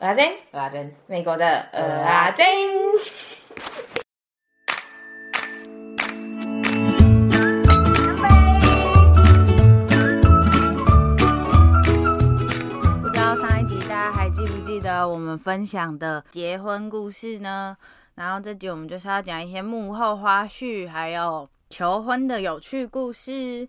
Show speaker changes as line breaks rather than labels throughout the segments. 阿珍，
阿珍，
美国的呃阿珍。不知道上一集大家还记不记得我们分享的结婚故事呢？然后这集我们就是要讲一些幕后花絮，还有求婚的有趣故事，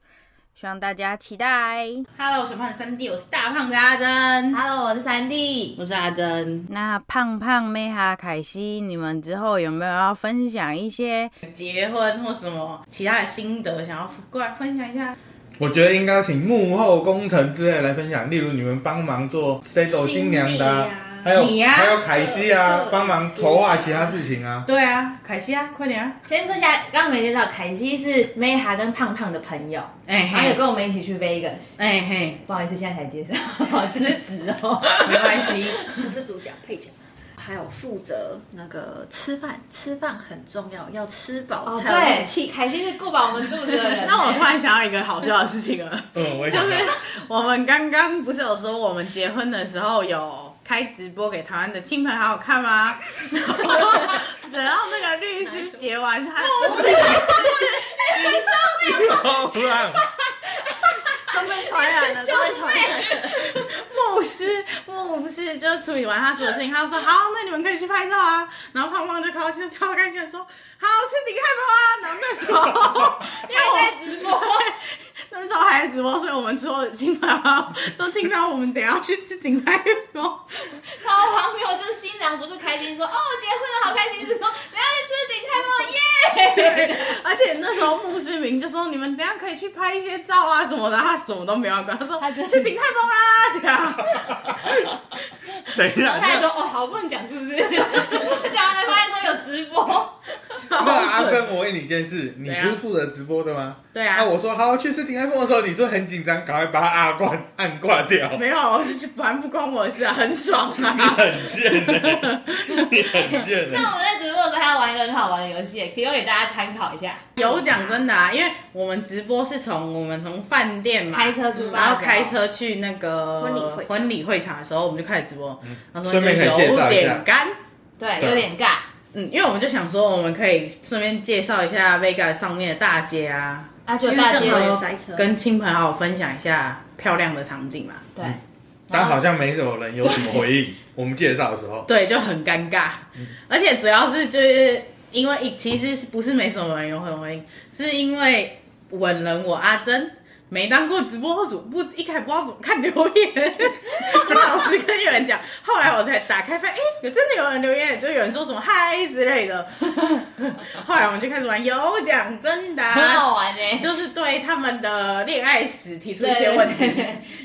希望大家期待。
Hello，我是胖子三弟，我是大胖子阿珍，
Hello，我是三弟。
我是阿珍。
那胖胖妹哈凯西，你们之后有没有要分享一些
结婚或什么其他的心得，想要过来分享一下
我觉得应该请幕后工程之类来分享，例如你们帮忙做 s e t 新娘的、
新密啊
还有、
你啊
还有凯西
是
啊
是，
帮忙筹划其他事情啊。
对啊，凯西啊，快点啊！
先说一下，刚刚没介绍，凯西是 Mayha 跟胖胖的朋友，
哎
然后有
嘿，
跟我们一起去 Vegas。
哎嘿，
不好意思，现在才介绍，好失职哦。
没关系。
不是主角配角，还有负责那个吃饭，吃饭很重要，要吃饱
哦，
才有
对
力，气。
凯西是顾饱我们肚子的人。
那我突然想到一个好笑的事情了，
嗯，我也
就
想
是
到。
我们刚刚不是有说我们结婚的时候有开直播给台湾的亲朋好友看吗？ 然后然后那个律师结完他，
好啦
都被传染了，都被传染了。
牧师，牧师就处理完他所有事情，他就说好，那你们可以去拍照啊。 然后胖胖就高兴，超开心的说好吃鼎泰 丰啊。然后那时候因为我
在直播，
那时候还在直播，所以我们所有的亲朋好友都听到我们等一下要去吃鼎泰丰。
超荒谬！就是新郎不是开心说哦结婚了好开心，是说不要去吃顶泰丰耶。
对， 而且那时候牧师明就说你们等一下可以去拍一些照啊什么的，他什么都没有管，他说吃鼎泰丰啦这样。
等一
然后他还
下，
说哦好不能讲是不是？讲完才发现说有直播，
那阿珍，我问你一件事，你不
怎
是
样
负责直播的吗？
对
那、
啊，
我说好去吃顶泰丰的时候，你说很紧张，赶快把它按挂按挂掉，
没有，啊我是反正不关我的事啊，很爽
你
啊。
很贱呢、 你很贱欸呢、
那我们在直播的时候还要玩一个很好玩的游戏，提供给大家参考一下。
有讲真的啊，因为我们直播是从我们从饭店嘛
开车出发的时候，
然后开车去那个
婚礼会场
婚礼会场的时候，我们就开始直播。他说
嗯顺便可以介
有
绍一下
点干，
对，
对
有点尬。
嗯，因为我们就想说，我们可以顺便介绍一下 Vega 上面的大街啊，
啊，就
因为
大
正
街
好
有
有塞车
跟亲朋好友分享一下漂亮的场景嘛。
对，
但好像没什么人有什么回应。我们介绍的时候，
对，就很尴尬，而且主要是就是因为一其实是不是没什么人有很回应，是因为稳人我阿珍没当过直播主，不一开始不知道怎么看留言， 老师跟有人讲，后来我才打开发现，哎、有真的有人留言，就有人说什么嗨之类的，后来我们就开始玩有奖征
很 好
哦
答，
玩欸呢。
就是对他们的恋爱史提出
对
一些问题。，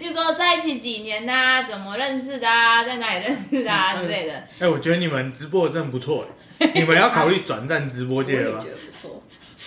就说在一起几年呐、怎么认识的啊，在哪里认识的
嗯
啊、之类的。
哎、我觉得你们直播真的不错哎，你们要考虑转战直播
我
界
也
了吗
觉？得不错，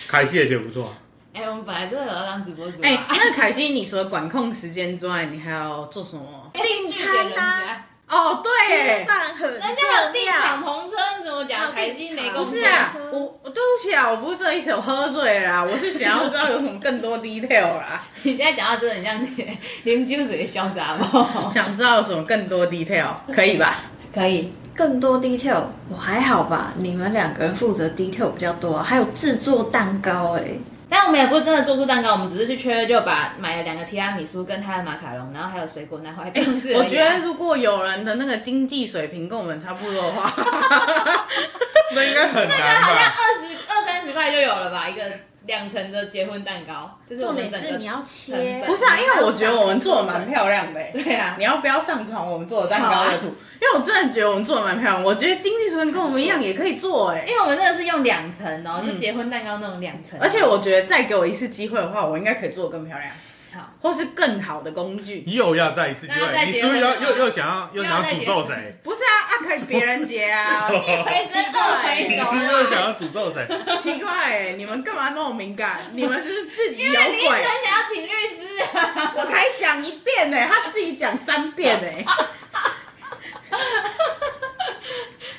凯西也觉得不错啊，
哎、我们本来真的有要当直播主、
哎、
啊，
那凯西，你除了管控时间之外，你还要做什么？
订
餐啊
哦，对耶，
啊
饭很重 要。
人家还有订敞篷车，你怎么讲？凯西没公
哦不
布
是啊，我我对不起啊，我不是这意思，我喝醉了啦， 我是想要知道有什么更多 detail 啦，
你现在讲到真的很像 邻居嘴潇洒吗？
想知道有什么更多 detail，可以吧？
可以，
更多 detail，我还好吧？你们两个人负责 detail 比较多、啊，还有制作蛋糕哎、
但我们也不是真的做出蛋糕，我们只是去缺就把买了两个提拉米苏跟他的马卡龙，然后还有水果拿回来装饰而已啊。
我觉得如果有人的那个经济水平跟我们差不多 的话，
那应该很难
好像
吧？
二十二三十块就有了吧，一个两层的结婚蛋糕，就是我
重
们
点
整
是
个。
你要切，
不是啊，因为我觉得我们做的蛮漂亮的、欸。
对啊
你，要不要上传我们做的蛋糕的图？因为我真的觉得我们做的蛮漂亮，我觉得经济水平跟我们一样也可以做哎、
因为我们真的是用两层哦，就结婚蛋糕那种两层，
而且我觉得再给我一次机会的话，我应该可以做的更漂亮，
好，
或是更好的工具。
又要再一次机
那要再
会，你
结
是不是
婚
要
了
又又想要又想要
又要再
诅
结
咒谁？
不是啊，啊可以别人 结啊，
回身二
你
回
是
手
不是
啊
又。想要诅咒谁？
奇怪、欸，你们干嘛那么敏感？你们是不是自己有
因为你一直
鬼？
很想要请律师啊，
我才讲一遍呢、他自己讲三遍欸呢、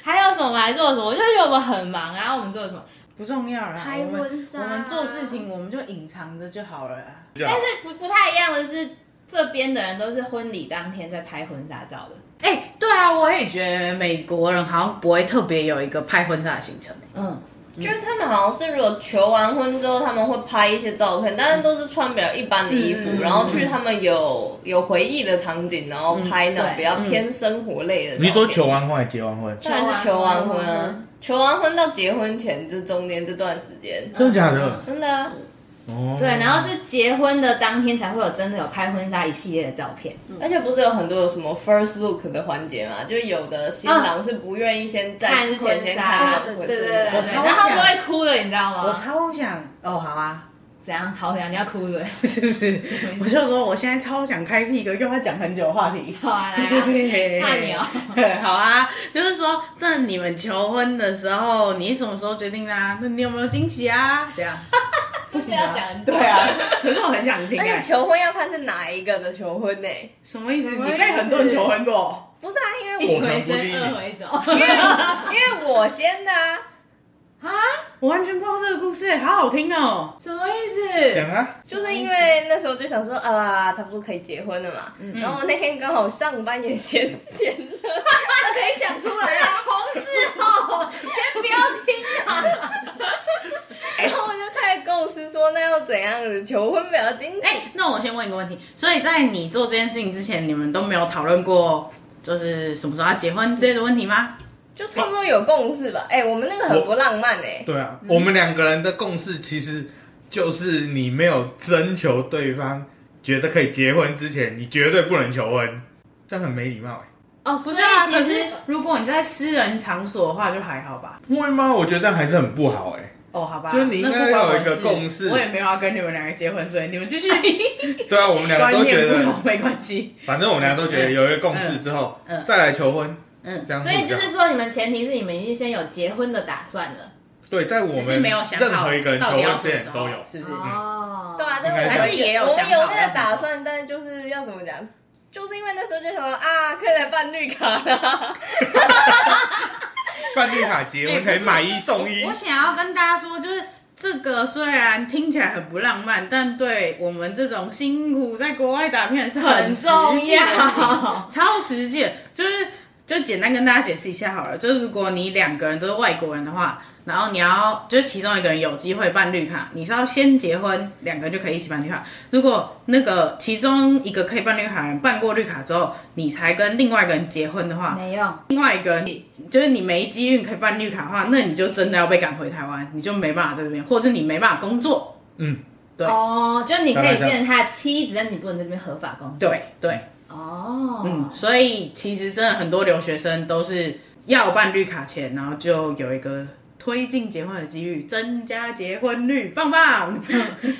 还有什么我们还做了什么？我就觉得我们很忙啊，我们做了什么？
不重要啦。
拍婚纱
我们我们做事情我们就隐藏着就好了啊啦。
但
但是不不太一样的是，这边的人都是婚礼当天在拍婚纱照的，
哎、对啊，我也觉得美国人好像不会特别有一个拍婚纱的行程。欸
嗯，
就是他们好像是如果求完婚之后，他们会拍一些照片，但是都是穿比较一般的衣服，
嗯
然后去他们有有回忆的场景，然后拍那种比较偏生活类的照
嗯
片。
你说求完婚还结完婚？
啊
当然是求完婚啊，求完婚到结婚前这中间这段时间，
真的假的？
真的啊，
哦，
对，然后是结婚的当天才会有真的有拍婚纱一系列的照片，
而且不是有很多有什么 first look 的环节嘛？就有的新郎是不愿意先在之前先看啊
对
婚
对
纱，
哦对对对
我超
对，
想
然后都会哭的，你知道
我
吗？
超想哦，好啊，
怎样？好想你要哭对不对？
是不是？我就说我现在超想开辟一个又要讲很久的话题。
好啊，来啊，怕你哦。
好啊，就是说，那你们求婚的时候，你什么时候决定的、啊？那你有没有惊喜啊？这样
不是要讲很久
对啊，可是我很想听、
而
欸
且，求婚要看是哪一个的求婚呢、
什么意思？
么意
你
思
被很多人求婚过？
不是啊，因为
一
我
可
回
能不
生
理你
二回熟。
因为我先的啊，
我完全不知道这个故事，好好听哦、
什么意思？
讲啊，
就是因为那时候就想说啊，差不多可以结婚了嘛。
嗯
然后那天刚好上班也 闲闲的，
可以讲出来啊！
同事哦，先不要听啊。
然后我就开始构思说，那要怎样子求婚比较惊喜？
哎、那我先问一个问题，所以在你做这件事情之前，你们都没有讨论过就是什么时候要结婚之类的问题吗？
就差不多有共识吧。哎、我们那个很不浪漫哎、
对啊，我们两个人的共识其实就是你没有征求对方觉得可以结婚之前，你绝对不能求婚，这样很没礼貌哎、
哦，
不
所
是啊，
以
可
其
是
实
如果你在私人场所的话，就还好吧。
会吗？我觉得这样还是很不好哎、
哦，好吧，
就是你应该
那不管我的
要有一个
事
共识
我也没有要跟你们两个结婚，所以你们 继续
对啊，我们两个
观
都觉
念不
得
同，没关系。
反正我们俩都觉得有一个共识之后，
嗯嗯
再来求婚，
嗯
这样
所
会
以
比较
就
好
是说，你们前提是你们已经先有结婚的打算了。
对，在我
只
们
是没有想
任
好
何一个人
到
求
底要
婚
什
之
么时
前
候
都有，
是不是？
哦，
对啊，但
应
我
该是
们
还
是也有
我们有
想好
那
要
个
怎么
打
做
算，但是就是要怎么讲，就是因为那时候就想说啊，可以来办绿卡啦。
办绿卡结
哎
婚
不
可以
哎是
买一送一
我。想要跟大家说，就是这个虽然听起来很不浪漫，但对我们这种辛苦在国外打拼的是
很
实际的事情
重
超实际的，就是就简单跟大家解释一下好了。就是如果你两个人都是外国人的话，然后你要就是其中一个人有机会办绿卡，你是要先结婚，两个人就可以一起办绿卡。如果那个其中一个可以办绿卡的人办过绿卡之后，你才跟另外一个人结婚的话，
没用。
另外一个人就是你没机运可以办绿卡的话，那你就真的要被赶回台湾，你就没办法在这边，或是你没办法工作。
嗯，
对
哦，就你可
大概
以
这样
变成他的妻子，但你不能在这边合法工作。
对对，
哦，
嗯，所以其实真的很多留学生都是要办绿卡前，然后就有一个推进结婚的机遇，增加结婚率，棒棒！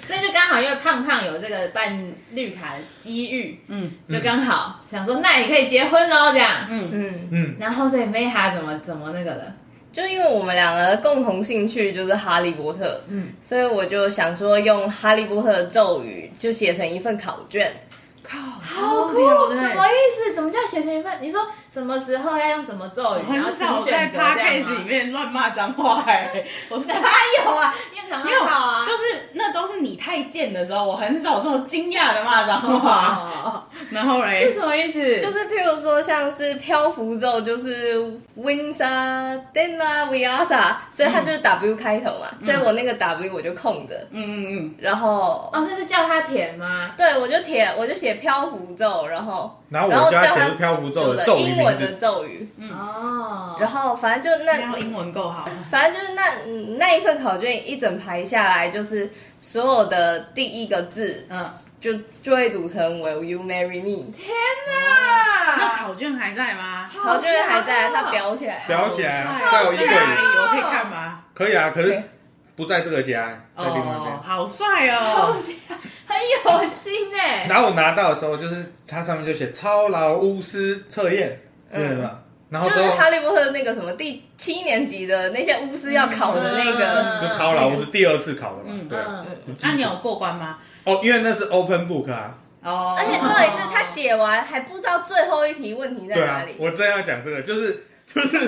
所以就刚好因为胖胖有这个办绿卡的机遇，
嗯，
就刚好想说，那也可以结婚喽，这样。
嗯，
嗯，
然后所以 Mayha 怎么怎么那个的，
就是因为我们两个的共同兴趣就是哈利波特，
嗯
嗯，所以我就想说用哈利波特的咒语就写成一份考卷，
靠，
好
超
酷
屌！的
什
欸！
么意思？什么叫写成一份？你说什么时候要用什么咒语？然后
很
请
少在
选择这
podcast 里
样吗？
面乱骂脏话欸，我
哪有啊？验堂
没有
要靠啊。
就是那都是你太贱的时候，我很少这么惊讶的骂脏 话。
哦
然后嘞
是，什么意思？
就是譬如说像是漂浮咒，就是 Winsa Denma Viasa，所
嗯
以它就是 W 开头嘛，所以我那个 W 我就空着，
嗯嗯 嗯，
然后
哦，这是叫他舔吗？
对，我就填，我就写漂浮咒，然后
然后
然
我
后
就
叫
要
他
写漂浮咒的
我的
咒语
英
名
文的
字，嗯
咒语，
哦，
然后反正就
然后
那
英文够好，
反正就是那嗯那一份考卷一整排下来，就是所有的第一个字
嗯，
就就会组成 Will you marry me？
那考卷还在吗？哦
考卷还在，
哦
它裱起来。
裱起来啊，在
在
我
我
衣
衣
柜
柜
里
里，我可以看吗？
可以啊，可是不在这个家，在另外一边
哦，。好帅
好
哦！
像很有心哎、
然后我拿到的时候，就是它上面就写超劳巫师测验之类的
嗯
嘛，然后
就
之
是
后
哈利波特那个什么第七年级的那些巫师要考的那个，
就超劳巫师第二次考的嘛，对啊。
嗯，
呃那你有过关吗？
哦，因为那是 open book 啊，
哦，
而且重点是他写完还不知道最后一题问题在
对
哪
啊
里，。
我正要讲这个，就是 就是就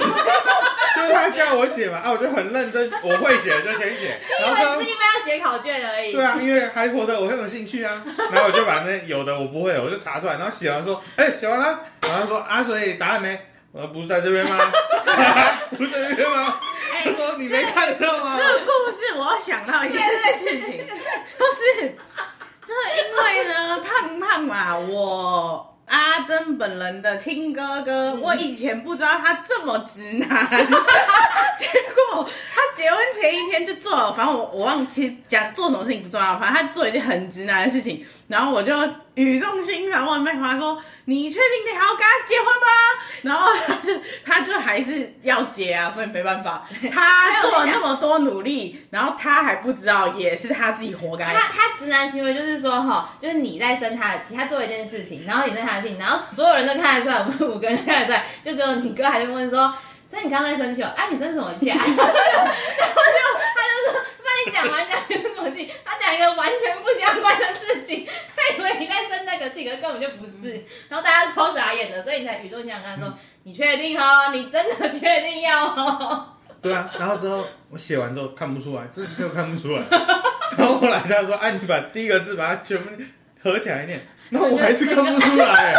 是他叫我写嘛，啊，我就很认真，我会写就先写，然后之
因
后
啊为是一般要写考卷而已。
对啊，因为哈利波特我很有兴趣啊，然后我就把那有的我不会的，我就查出来，然后写完说，哎、写完了，然后说啊，所以答案没，我说不是在这边吗？不是在这边吗？他说你没看到吗？
这个故事我又想到一件事情，就是就是因为呢，胖胖嘛，我阿珍本人的亲哥哥，我以前不知道他这么直男，结果他结婚前一天就做了，反正我我忘记讲做什么事情不重要，反正他做一件很直男的事情，然后我就语重心长问妹华说：“你确定你还要跟他结婚吗？”然后他就他就还是要结啊，所以没办法，他做了那么多努力，然后他还不知道，也是他自己活该。
他他直男行为就是说哈，就是你在生他的气，他做一件事情，然后你生他的气，然后所有人都看得出来，我们五个人看得出来，就只有你哥还在问说，所以你刚才生气哦，啊，你生什么气啊？然 后就他就说，那你讲完讲你生什么气？他讲一个完全不相关的事情，他以为你在生那个气，可是根本就不是，然后大家超傻眼的，所以你才语重心长跟他
嗯
说，你确定哦？你真的确定要哦？
对啊，然后之后我写完之后看不出来，真的就看不出来。 然后后来他说：“哎、你把第一个字把它全部合起来念。”然后我还是看不出来、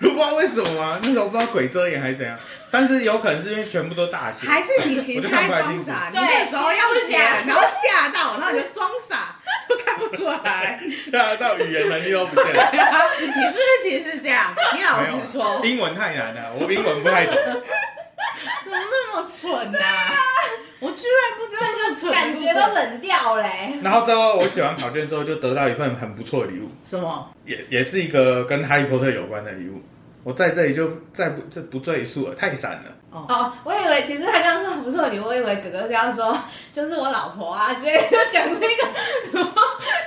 不知道为什么啊，那时候不知道鬼遮眼还是怎样，但是有可能是因为全部都大写。
还是你其实在装傻，你那时候要
对
假，然后吓到，然后你就装傻，就看不出来。
吓到语言能力都不见了。
你是不是其实是这样？你 老
没有啊
实说，
英文太难了，我英文不太懂。
怎么那么蠢呐、我居然不知道这蠢，
啊感觉都冷掉欸嘞。
然后之后我写完考卷之后，就得到一份很不错的礼物，
什么？
也也是一个跟哈利波特有关的礼物。我在这里就再不这不赘述了，太闪了。
哦，我以为其实他刚刚说不错礼物，我以为哥哥是要说就是我老婆啊之类的，讲出一个什么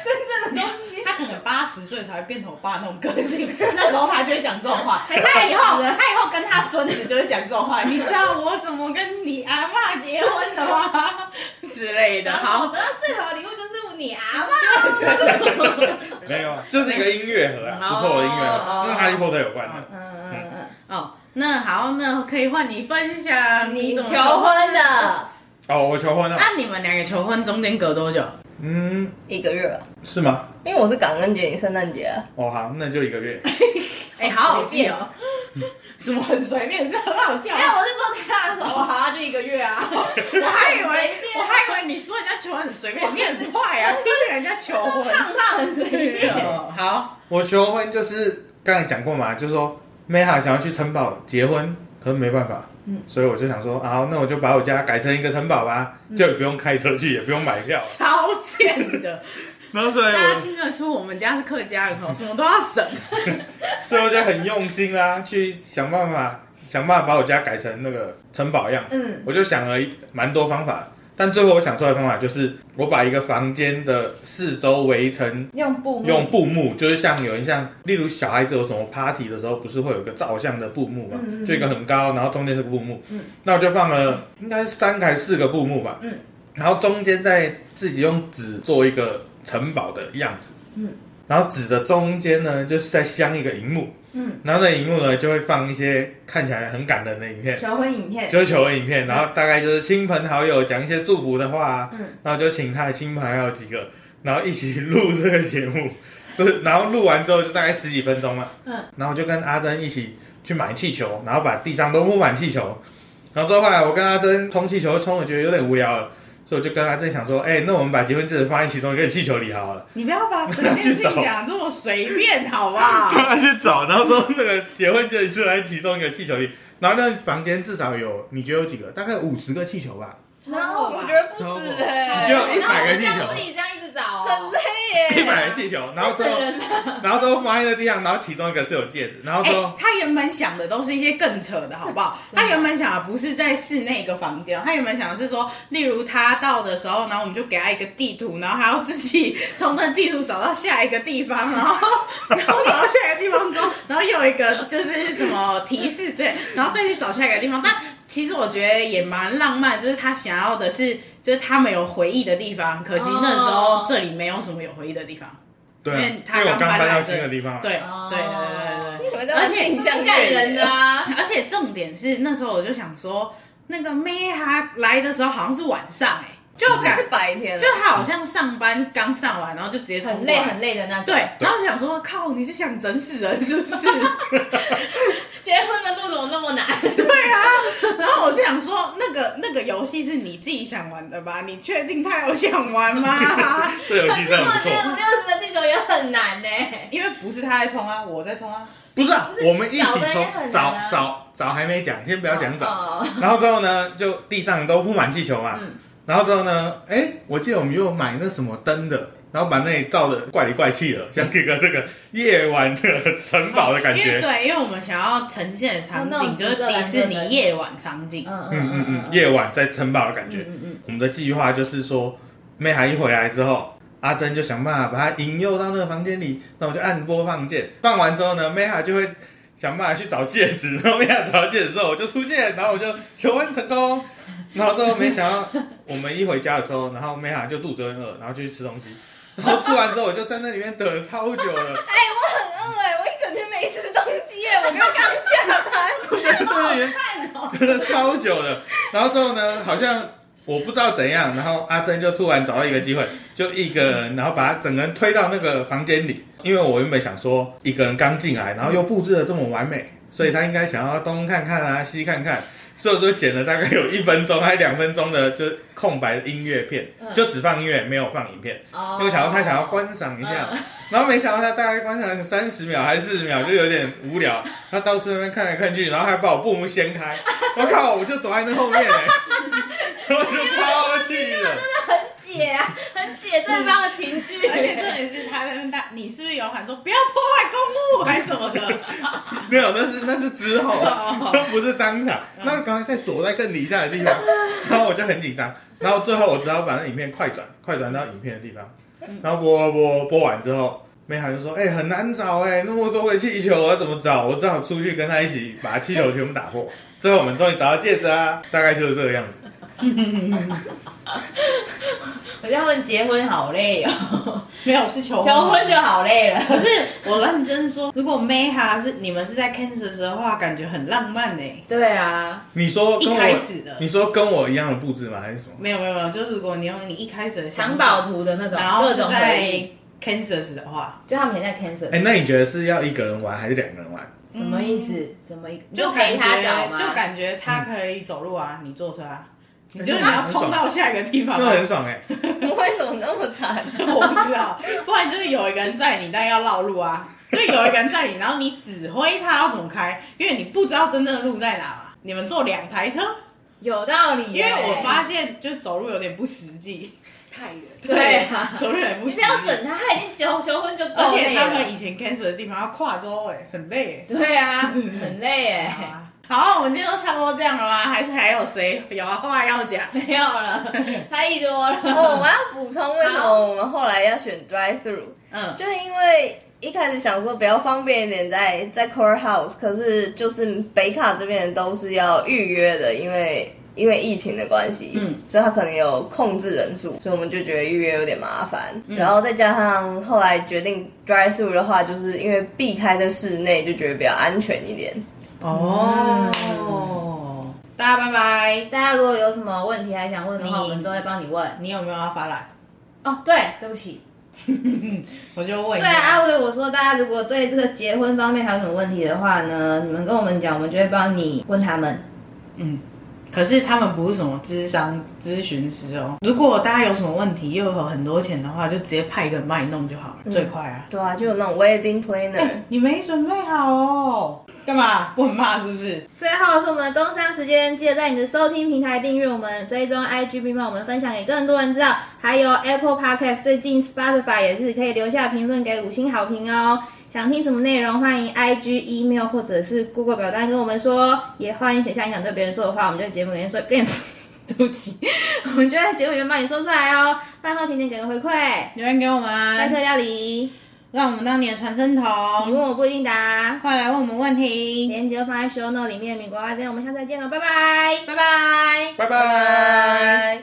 真正的东西。
他可能八十岁才会变成我爸那种个 性，那时候他就会讲这种话。他以后，他以后跟他孙子就会讲这种话。你知道我怎么跟你阿嬷结婚 的吗？之类的。好，
得到 最好的礼物就是你啊阿妈，
没有，就是一个音乐盒啊，不错的音乐盒，跟哈利波特有关的。
哦，那好，那可以换你分享
你
怎么
求婚的，
哦，我求婚了。
那你们两个求婚中间隔多久？
哦
嗯，
一个月吧，啊
是吗？
因为我是感恩节，你圣诞节啊，
哦，好，那就一个月。
哎、好好记哦。 什么很随便，是很好笑
没。 有，我是说他说哦好啊，就一个月啊，
我还以
很
为
随便啊
我还以为你说人家求婚很随便，你很坏啊，逼人家求婚。
胖胖很随 便。
哦好，
我求婚就是刚才讲过嘛，就说美好想要去城堡结婚，可是没办法，所以我就想说，啊，那我就把我家改成一个城堡吧，就也不用开车去，也不用买票。
超贱的。
然后所以
大家
我，
听得出我们家是客家人口，什么都要省。
所以我就很用心啦，去想办法，想办法把我家改成那个城堡样。
嗯，
我就想了一蛮多方法，但最后我想出来的方法就是，我把一个房间的四周围成
用布
用布幕，就是像有人像，例如小孩子有什么 party 的时候，不是会有一个照相的布幕嘛？就一个很高，然后中间是个布幕。那我就放了应该三个还是四个布幕吧。
嗯
然后中间再自己用纸做一个城堡的样子。
嗯
然后纸的中间呢，就是再镶一个荧幕。
嗯，
然后那荧幕呢就会放一些看起来很感人的影片。
求婚影片，
就是求婚影片，然后大概就是亲朋好友讲一些祝福的话、啊，
嗯
然后就请他的亲朋好友几个，然后一起录这个节目，不是，然后录完之后就大概十几分钟嘛，
嗯，
然后就跟阿珍一起去买气球，然后把地上都铺满气球，然后之后后来我跟阿珍充气球充的觉得有点无聊了，所以我就跟阿珍想说，哎、那我们把结婚戒指放在其中一个气球里好了，
你不要把整件事情讲得这么随便，好不好？
他去找，然后说那个结婚戒指就在其中一个气球里，然后那房间至少有，你觉得有几个？大概五十个气球吧。
然后我觉
得
得不止哎、
你就一
然后
百
我
个
就这
气
样自
球，
己这样一直找
很
哦，
累耶、
一百个气球，然后 之后，
人
然后之后放在地上，然后其中一个是有戒指，然后 之后，
哎他原本想的都是一些更扯的，好 不好？他原本想的不是在室内一个房间，他原本想的是说，例如他到的时候，然后我们就给他一个地图，然后他要自己从那地图找到下一个地方，然后 然后找到下一个地方之后，然后又有一个就是什么提示之类，然后再去找下一个地方。但其实我觉得也蛮浪漫，就是他想要的是，就是他们有回忆的地方。可惜那时候
哦
这里没有什么有回忆的地方。
对啊，
因为他
因为我
刚
刚
搬
搬
来
到
这
新的地 方，
对对
哦
对对对对。
你们都要镜像
很感人的啊。
而且重点是那时候我就想说，那个妹哈来的时候好像是晚上哎、就
那
感
是白天啊，
就他好像上班刚上完，然后就直接冲
很
过
累
来
很累的那种。
对，，然后就想说靠，你是想整死人是不是？
结婚的路怎么那么难？
对啊，然后我就想说，那个那个游戏是你自己想玩的吧？你确定他有想玩 吗？
这游戏真的
我
不
觉得
错。
六十的气球也很难呢、
因为不是他在冲啊，我在冲啊。
不是啊
不，是
我们一
找
起
的也
从
很
早
难啊
早早还没讲，先不要讲早。
哦，
然后之后呢，就地上都铺满气球嘛。
嗯
然后之后呢，哎，我记得我们又买那什么灯的，然后把那里照的怪里怪气的，像这个这个夜晚的城堡的感
哦因为
觉。
对，因为我们想要呈现的场
那
景
种
就是
紫色
迪士
蓝色的
尼夜晚场景。
嗯
嗯嗯嗯，夜晚在城堡的感觉。
嗯嗯
我们的计划就是说，妹还一回来之后，阿珍就想办法把她引诱到那个房间里，那我就按播放键，放完之后呢，妹还就会想办法去找戒指，然后妹还找到戒指之后，我就出现，然后我就求婚 成功，然后之后没想到我们一回家的时候，然后妹还就肚子很饿，然后就去吃东西。然后吃完之后，我就在那里面等了超久了，
哎，我很饿哎，我一整天没吃东西耶，我刚刚下班。
我 在那里面 等了超久了。然后之后呢，好像我不知道怎样，然后阿珍就突然找到一个机会，就一个人，然后把他整个人推到那个房间里。因为我原本想说，一个人刚进来，然后又布置的这么完美，所以他应该想要东看看啊，西看看。所以我就剪了大概有一分钟还是两分钟的，就是空白的音乐片，就只放音乐，没有放影片。
哦
因为想要他想要观赏一
嗯
下， 然后没想到他大概观赏三十秒还是四十秒，就有点无聊。他到处那边看来看去，然后还把我布幕掀开，我靠，我就躲在那后面哎、 我就超气了。
解啊，很解对方的 情绪，
而且重点是他在那边大，你是不是有喊说不要破坏公物还是什么的？
没有，那是那是之后， 那不是当场。那刚才在躲在更底下的 地方，然后我就很紧张，然后最后我只好把那影片快转，快转到影片的地方，
嗯
然后播播播完之后。美好就说：“哎、很难找哎、那么多个气球，我要怎么找？我只好出去跟他一起把气球全部打破。最后我们终于找到戒指啊，大概就是这个样子。
我觉得他们结婚好累哦，
没有，是求
求婚就好累了。
可是我认真说，如果 Meha 是你们是在 Kansas 的话，感觉很浪漫 呢、欸
对啊，
你说跟
一
我
开始的
你说跟我一样的布置吗？还是什么？
没有没有没有，就是如果你用你一开始的想
藏
法
宝，图的那种
然后
各
是
种
在
回忆，
Kansas 的话，
就他们以前在 Kansas，、
哎、那你觉得是要一个人玩还是两个人玩？
什么意思？怎么一个
嗯就
陪
感
他找
觉
吗？
就感觉他可以走路啊，你坐车啊，你就是你
那
要
很
冲
爽
到下一个地方
那
啊，
很爽哎、
你为什么那么惨？啊
我不知道，不然就是有一个人载你，但要绕路啊，就有一个人载你，然后你指挥他要怎么开，因为你不知道真正的路在哪嘛。你们坐两台车，
有道理
因
耶、
为我发现就是走路有点不实 际，
太远。
对啊
走路有点不
你
实
不
际。
要整他，他已经求求婚就
而
够
且
累
他们
了。
以前 cancer 的地方要跨州、哎，很
啊
累、
对啊，很累哎、
哎。好啊好，我们今天都差不多这样了吗？还是还有谁有话要讲？
没有了，
嗯
太多了。
哦，我要补充为什么我们后来要选 drive through，
嗯，
就是因为一开始想说比较方便一点在，在 core house，可是就是北卡这边都是要预约的，因为。因为疫情的关系，
嗯，
所以他可能有控制人数，所以我们就觉得预约有点麻烦。然后再加上后来决定 drive through 的话，就是因为避开在室内，就觉得比较安全一点。
哦，大家拜拜。
大家如果有什么问题还想问的话，
你
我们之后再帮你问。
你有没有要发懒？
哦，对，对不起。
我就问一
对
下。
啊，阿伟，我说大家如果对这个结婚方面还有什么问题的话呢，你们跟我们讲，我们就会帮你问他们。
可是他们不是什么智商咨询师哦。如果大家有什么问题，又有很多钱的话，就直接派一个人帮你弄就好了，
嗯
最快啊！
对啊，就有那种 wedding planner，、
你没准备好哦，干嘛？不很骂是不是？
最后是我们的工商时间，记得在你的收听平台订阅我们，追踪 IG，并帮我们分享给更多人知道。还有 Apple Podcast，最近 Spotify 也是可以留下评论给五星好评哦。想听什么内容，欢迎 IG、email 或者是 Google 表单跟我们说，也欢迎写下你想对别人说的话，我们就在节目里面说，跟你说，对不起， 我们就在节目里面帮你说出来哦。饭后甜点给个回馈，
留言给我
三
们，
克料理，
让我们当你的传声
你
筒，
问我不一定答，
快来问我们问题，
链接都放在 show note 里面，米国花间，我们下次再见了，拜拜。
拜拜。
拜拜。